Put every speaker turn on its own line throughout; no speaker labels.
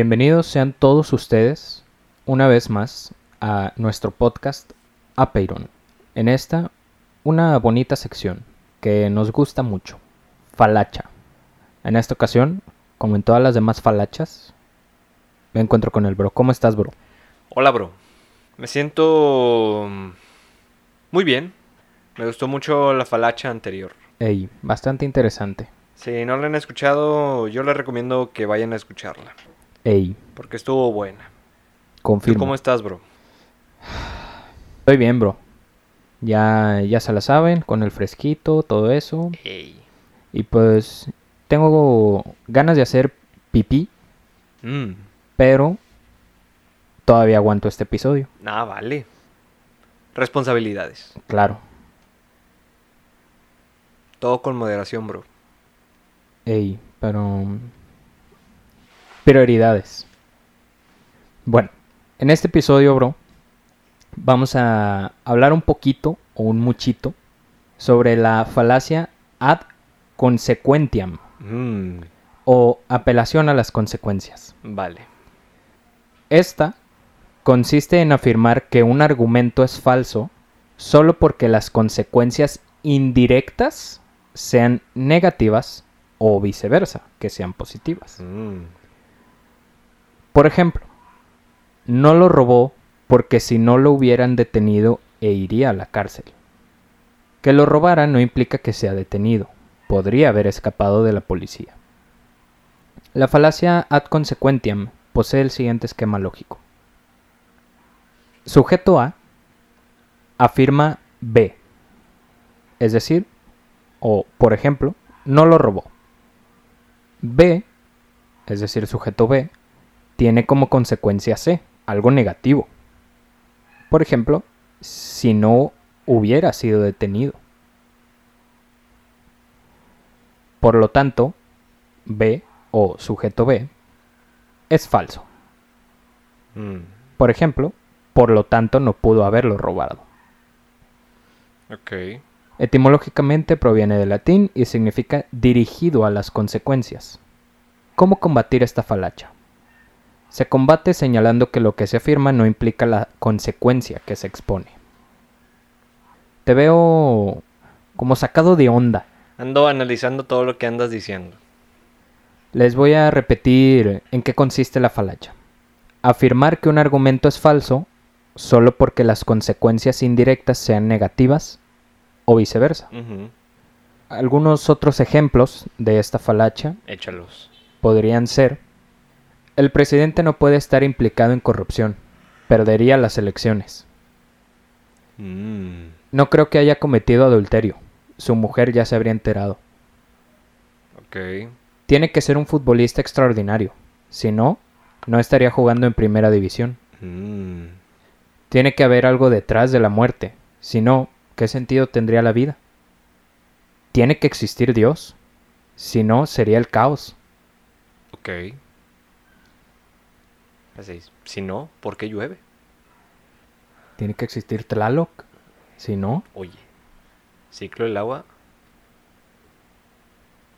Bienvenidos sean todos ustedes, una vez más, a nuestro podcast Apeiron. En esta, una bonita sección que nos gusta mucho, falacha. En esta ocasión, como en todas las demás falachas, me encuentro con el bro. ¿Cómo estás, bro?
Hola, bro. Me siento mm, muy bien. Me gustó mucho la falacha anterior.
Ey, bastante interesante.
Si no la han escuchado, yo les recomiendo que vayan a escucharla.
Ey,
Porque estuvo buena. ¿Tú
confirmo.
cómo estás, bro?
Estoy bien, bro. Ya, ya se la saben, con el fresquito, todo eso.
Ey.
Y pues tengo ganas de hacer pipí,
Mm.
pero todavía aguanto este episodio,
Ah, vale. Responsabilidades.
claro.
Todo con moderación, bro.
Ey, pero... Prioridades. Bueno, en este episodio, bro, vamos a hablar un poquito o un muchito sobre la falacia ad consequentiam
Mm.
o apelación a las consecuencias.
Vale.
Esta consiste en afirmar que un argumento es falso solo porque las consecuencias indirectas sean negativas o viceversa, que sean positivas.
Mm.
Por ejemplo, no lo robó porque si no lo hubieran detenido e iría a la cárcel. Que lo robara no implica que sea detenido, podría haber escapado de la policía. La falacia ad consequentiam posee el siguiente esquema lógico. Sujeto A afirma B, es decir, o por ejemplo, no lo robó. B, es decir, sujeto B, tiene como consecuencia C, algo negativo. Por ejemplo, si no hubiera sido detenido. Por lo tanto, B o sujeto B es falso.
Mm.
Por ejemplo, por lo tanto no pudo haberlo robado.
Ok.
Etimológicamente proviene del latín y significa dirigido a las consecuencias. ¿Cómo combatir esta falacha? Se combate señalando que lo que se afirma no implica la consecuencia que se expone. Te veo como sacado de onda.
Ando analizando todo lo que andas diciendo.
Les voy a repetir en qué consiste la falacha. Afirmar que un argumento es falso solo porque las consecuencias indirectas sean negativas o viceversa.
Ujú.
Algunos otros ejemplos de esta falacha
Échalos.
podrían ser, el presidente no puede estar implicado en corrupción, perdería las elecciones.
Mm.
No creo que haya cometido adulterio, su mujer ya se habría enterado.
Ok.
Tiene que ser un futbolista extraordinario, si no, no estaría jugando en primera división.
Mm.
Tiene que haber algo detrás de la muerte, si no, ¿qué sentido tendría la vida? Tiene que existir Dios, si no, sería el caos.
Ok. Así es. Si no, ¿por qué llueve?
Tiene que existir Tlaloc. Si no,
Oye, ciclo el agua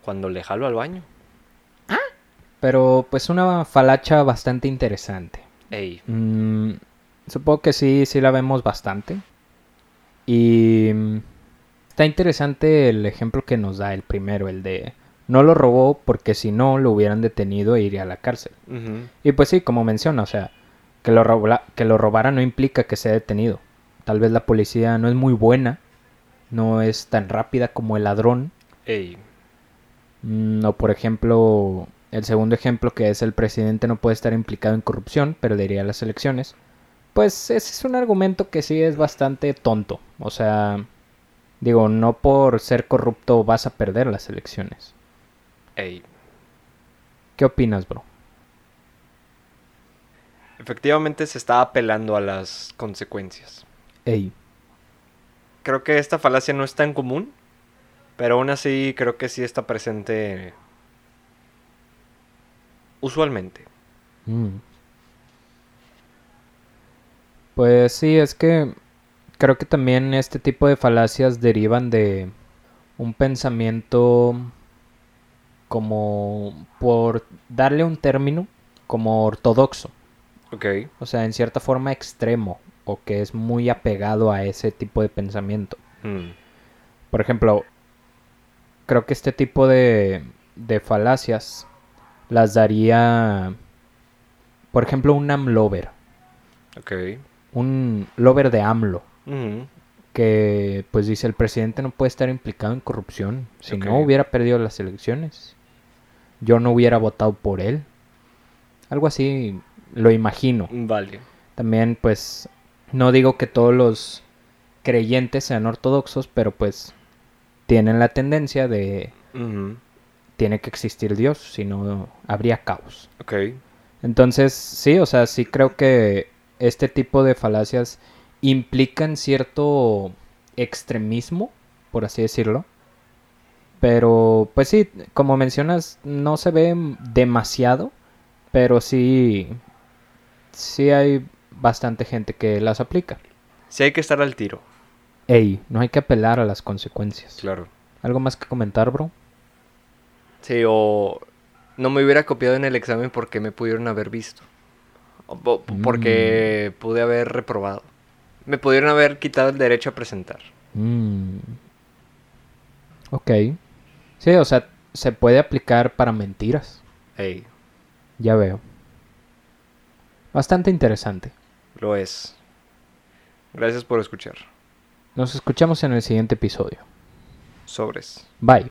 cuando le jalo al baño.
pero pues una falacha bastante interesante.
Ey,
Mm, supongo que sí, sí la vemos bastante. Y mm, está interesante el ejemplo que nos da el primero, el de no lo robó porque si no lo hubieran detenido e iría a la cárcel.
ujú,
Y pues sí, como menciona, o sea, que lo, robla- que lo robara no implica que sea detenido. Tal vez la policía no es muy buena, no es tan rápida como el ladrón.
ey,
Mm, O por ejemplo, el segundo ejemplo que es el presidente no puede estar implicado en corrupción, perdería las elecciones. Pues ese es un argumento que sí es bastante tonto. O sea, digo, no por ser corrupto vas a perder las elecciones.
ey.
¿Qué opinas, bro?
Efectivamente se está apelando a las consecuencias.
Ey,
Creo que esta falacia no es tan común, pero aún así creo que sí está presente usualmente.
mm. Pues sí, es que creo que también este tipo de falacias derivan de un pensamiento como por darle un término como ortodoxo,
Ok.
o sea, en cierta forma extremo o que es muy apegado a ese tipo de pensamiento.
Mm.
Por ejemplo, creo que este tipo de, de falacias las daría, por ejemplo, un AMLover,
Ok.
un lover de AMLO,
Ujú.
que pues dice el presidente no puede estar implicado en corrupción. Si no
Ok.
hubiera perdido las elecciones, yo no hubiera votado por él. Algo así lo imagino.
Vale.
También pues no digo que todos los creyentes sean ortodoxos, pero pues tienen la tendencia de
Ujú.
tiene que existir Dios, si no habría caos.
Ok.
Entonces, sí, o sea, sí creo que este tipo de falacias implican cierto extremismo, por así decirlo. Pero, pues sí, como mencionas, no se ve demasiado, pero sí, sí hay bastante gente que las aplica.
Sí hay que estar al tiro.
Ey, no hay que apelar a las consecuencias.
Claro.
¿Algo más que comentar, bro?
Sí, o no me hubiera copiado en el examen porque me pudieron haber visto. O po-
Mm.
porque pude haber reprobado. Me pudieron haber quitado el derecho a presentar.
Mm. Ok. Sí, o sea, se puede aplicar para mentiras.
Ey,
Ya veo. Bastante interesante.
lo es. Gracias por escuchar.
Nos escuchamos en el siguiente episodio.
Sobres.
Bye.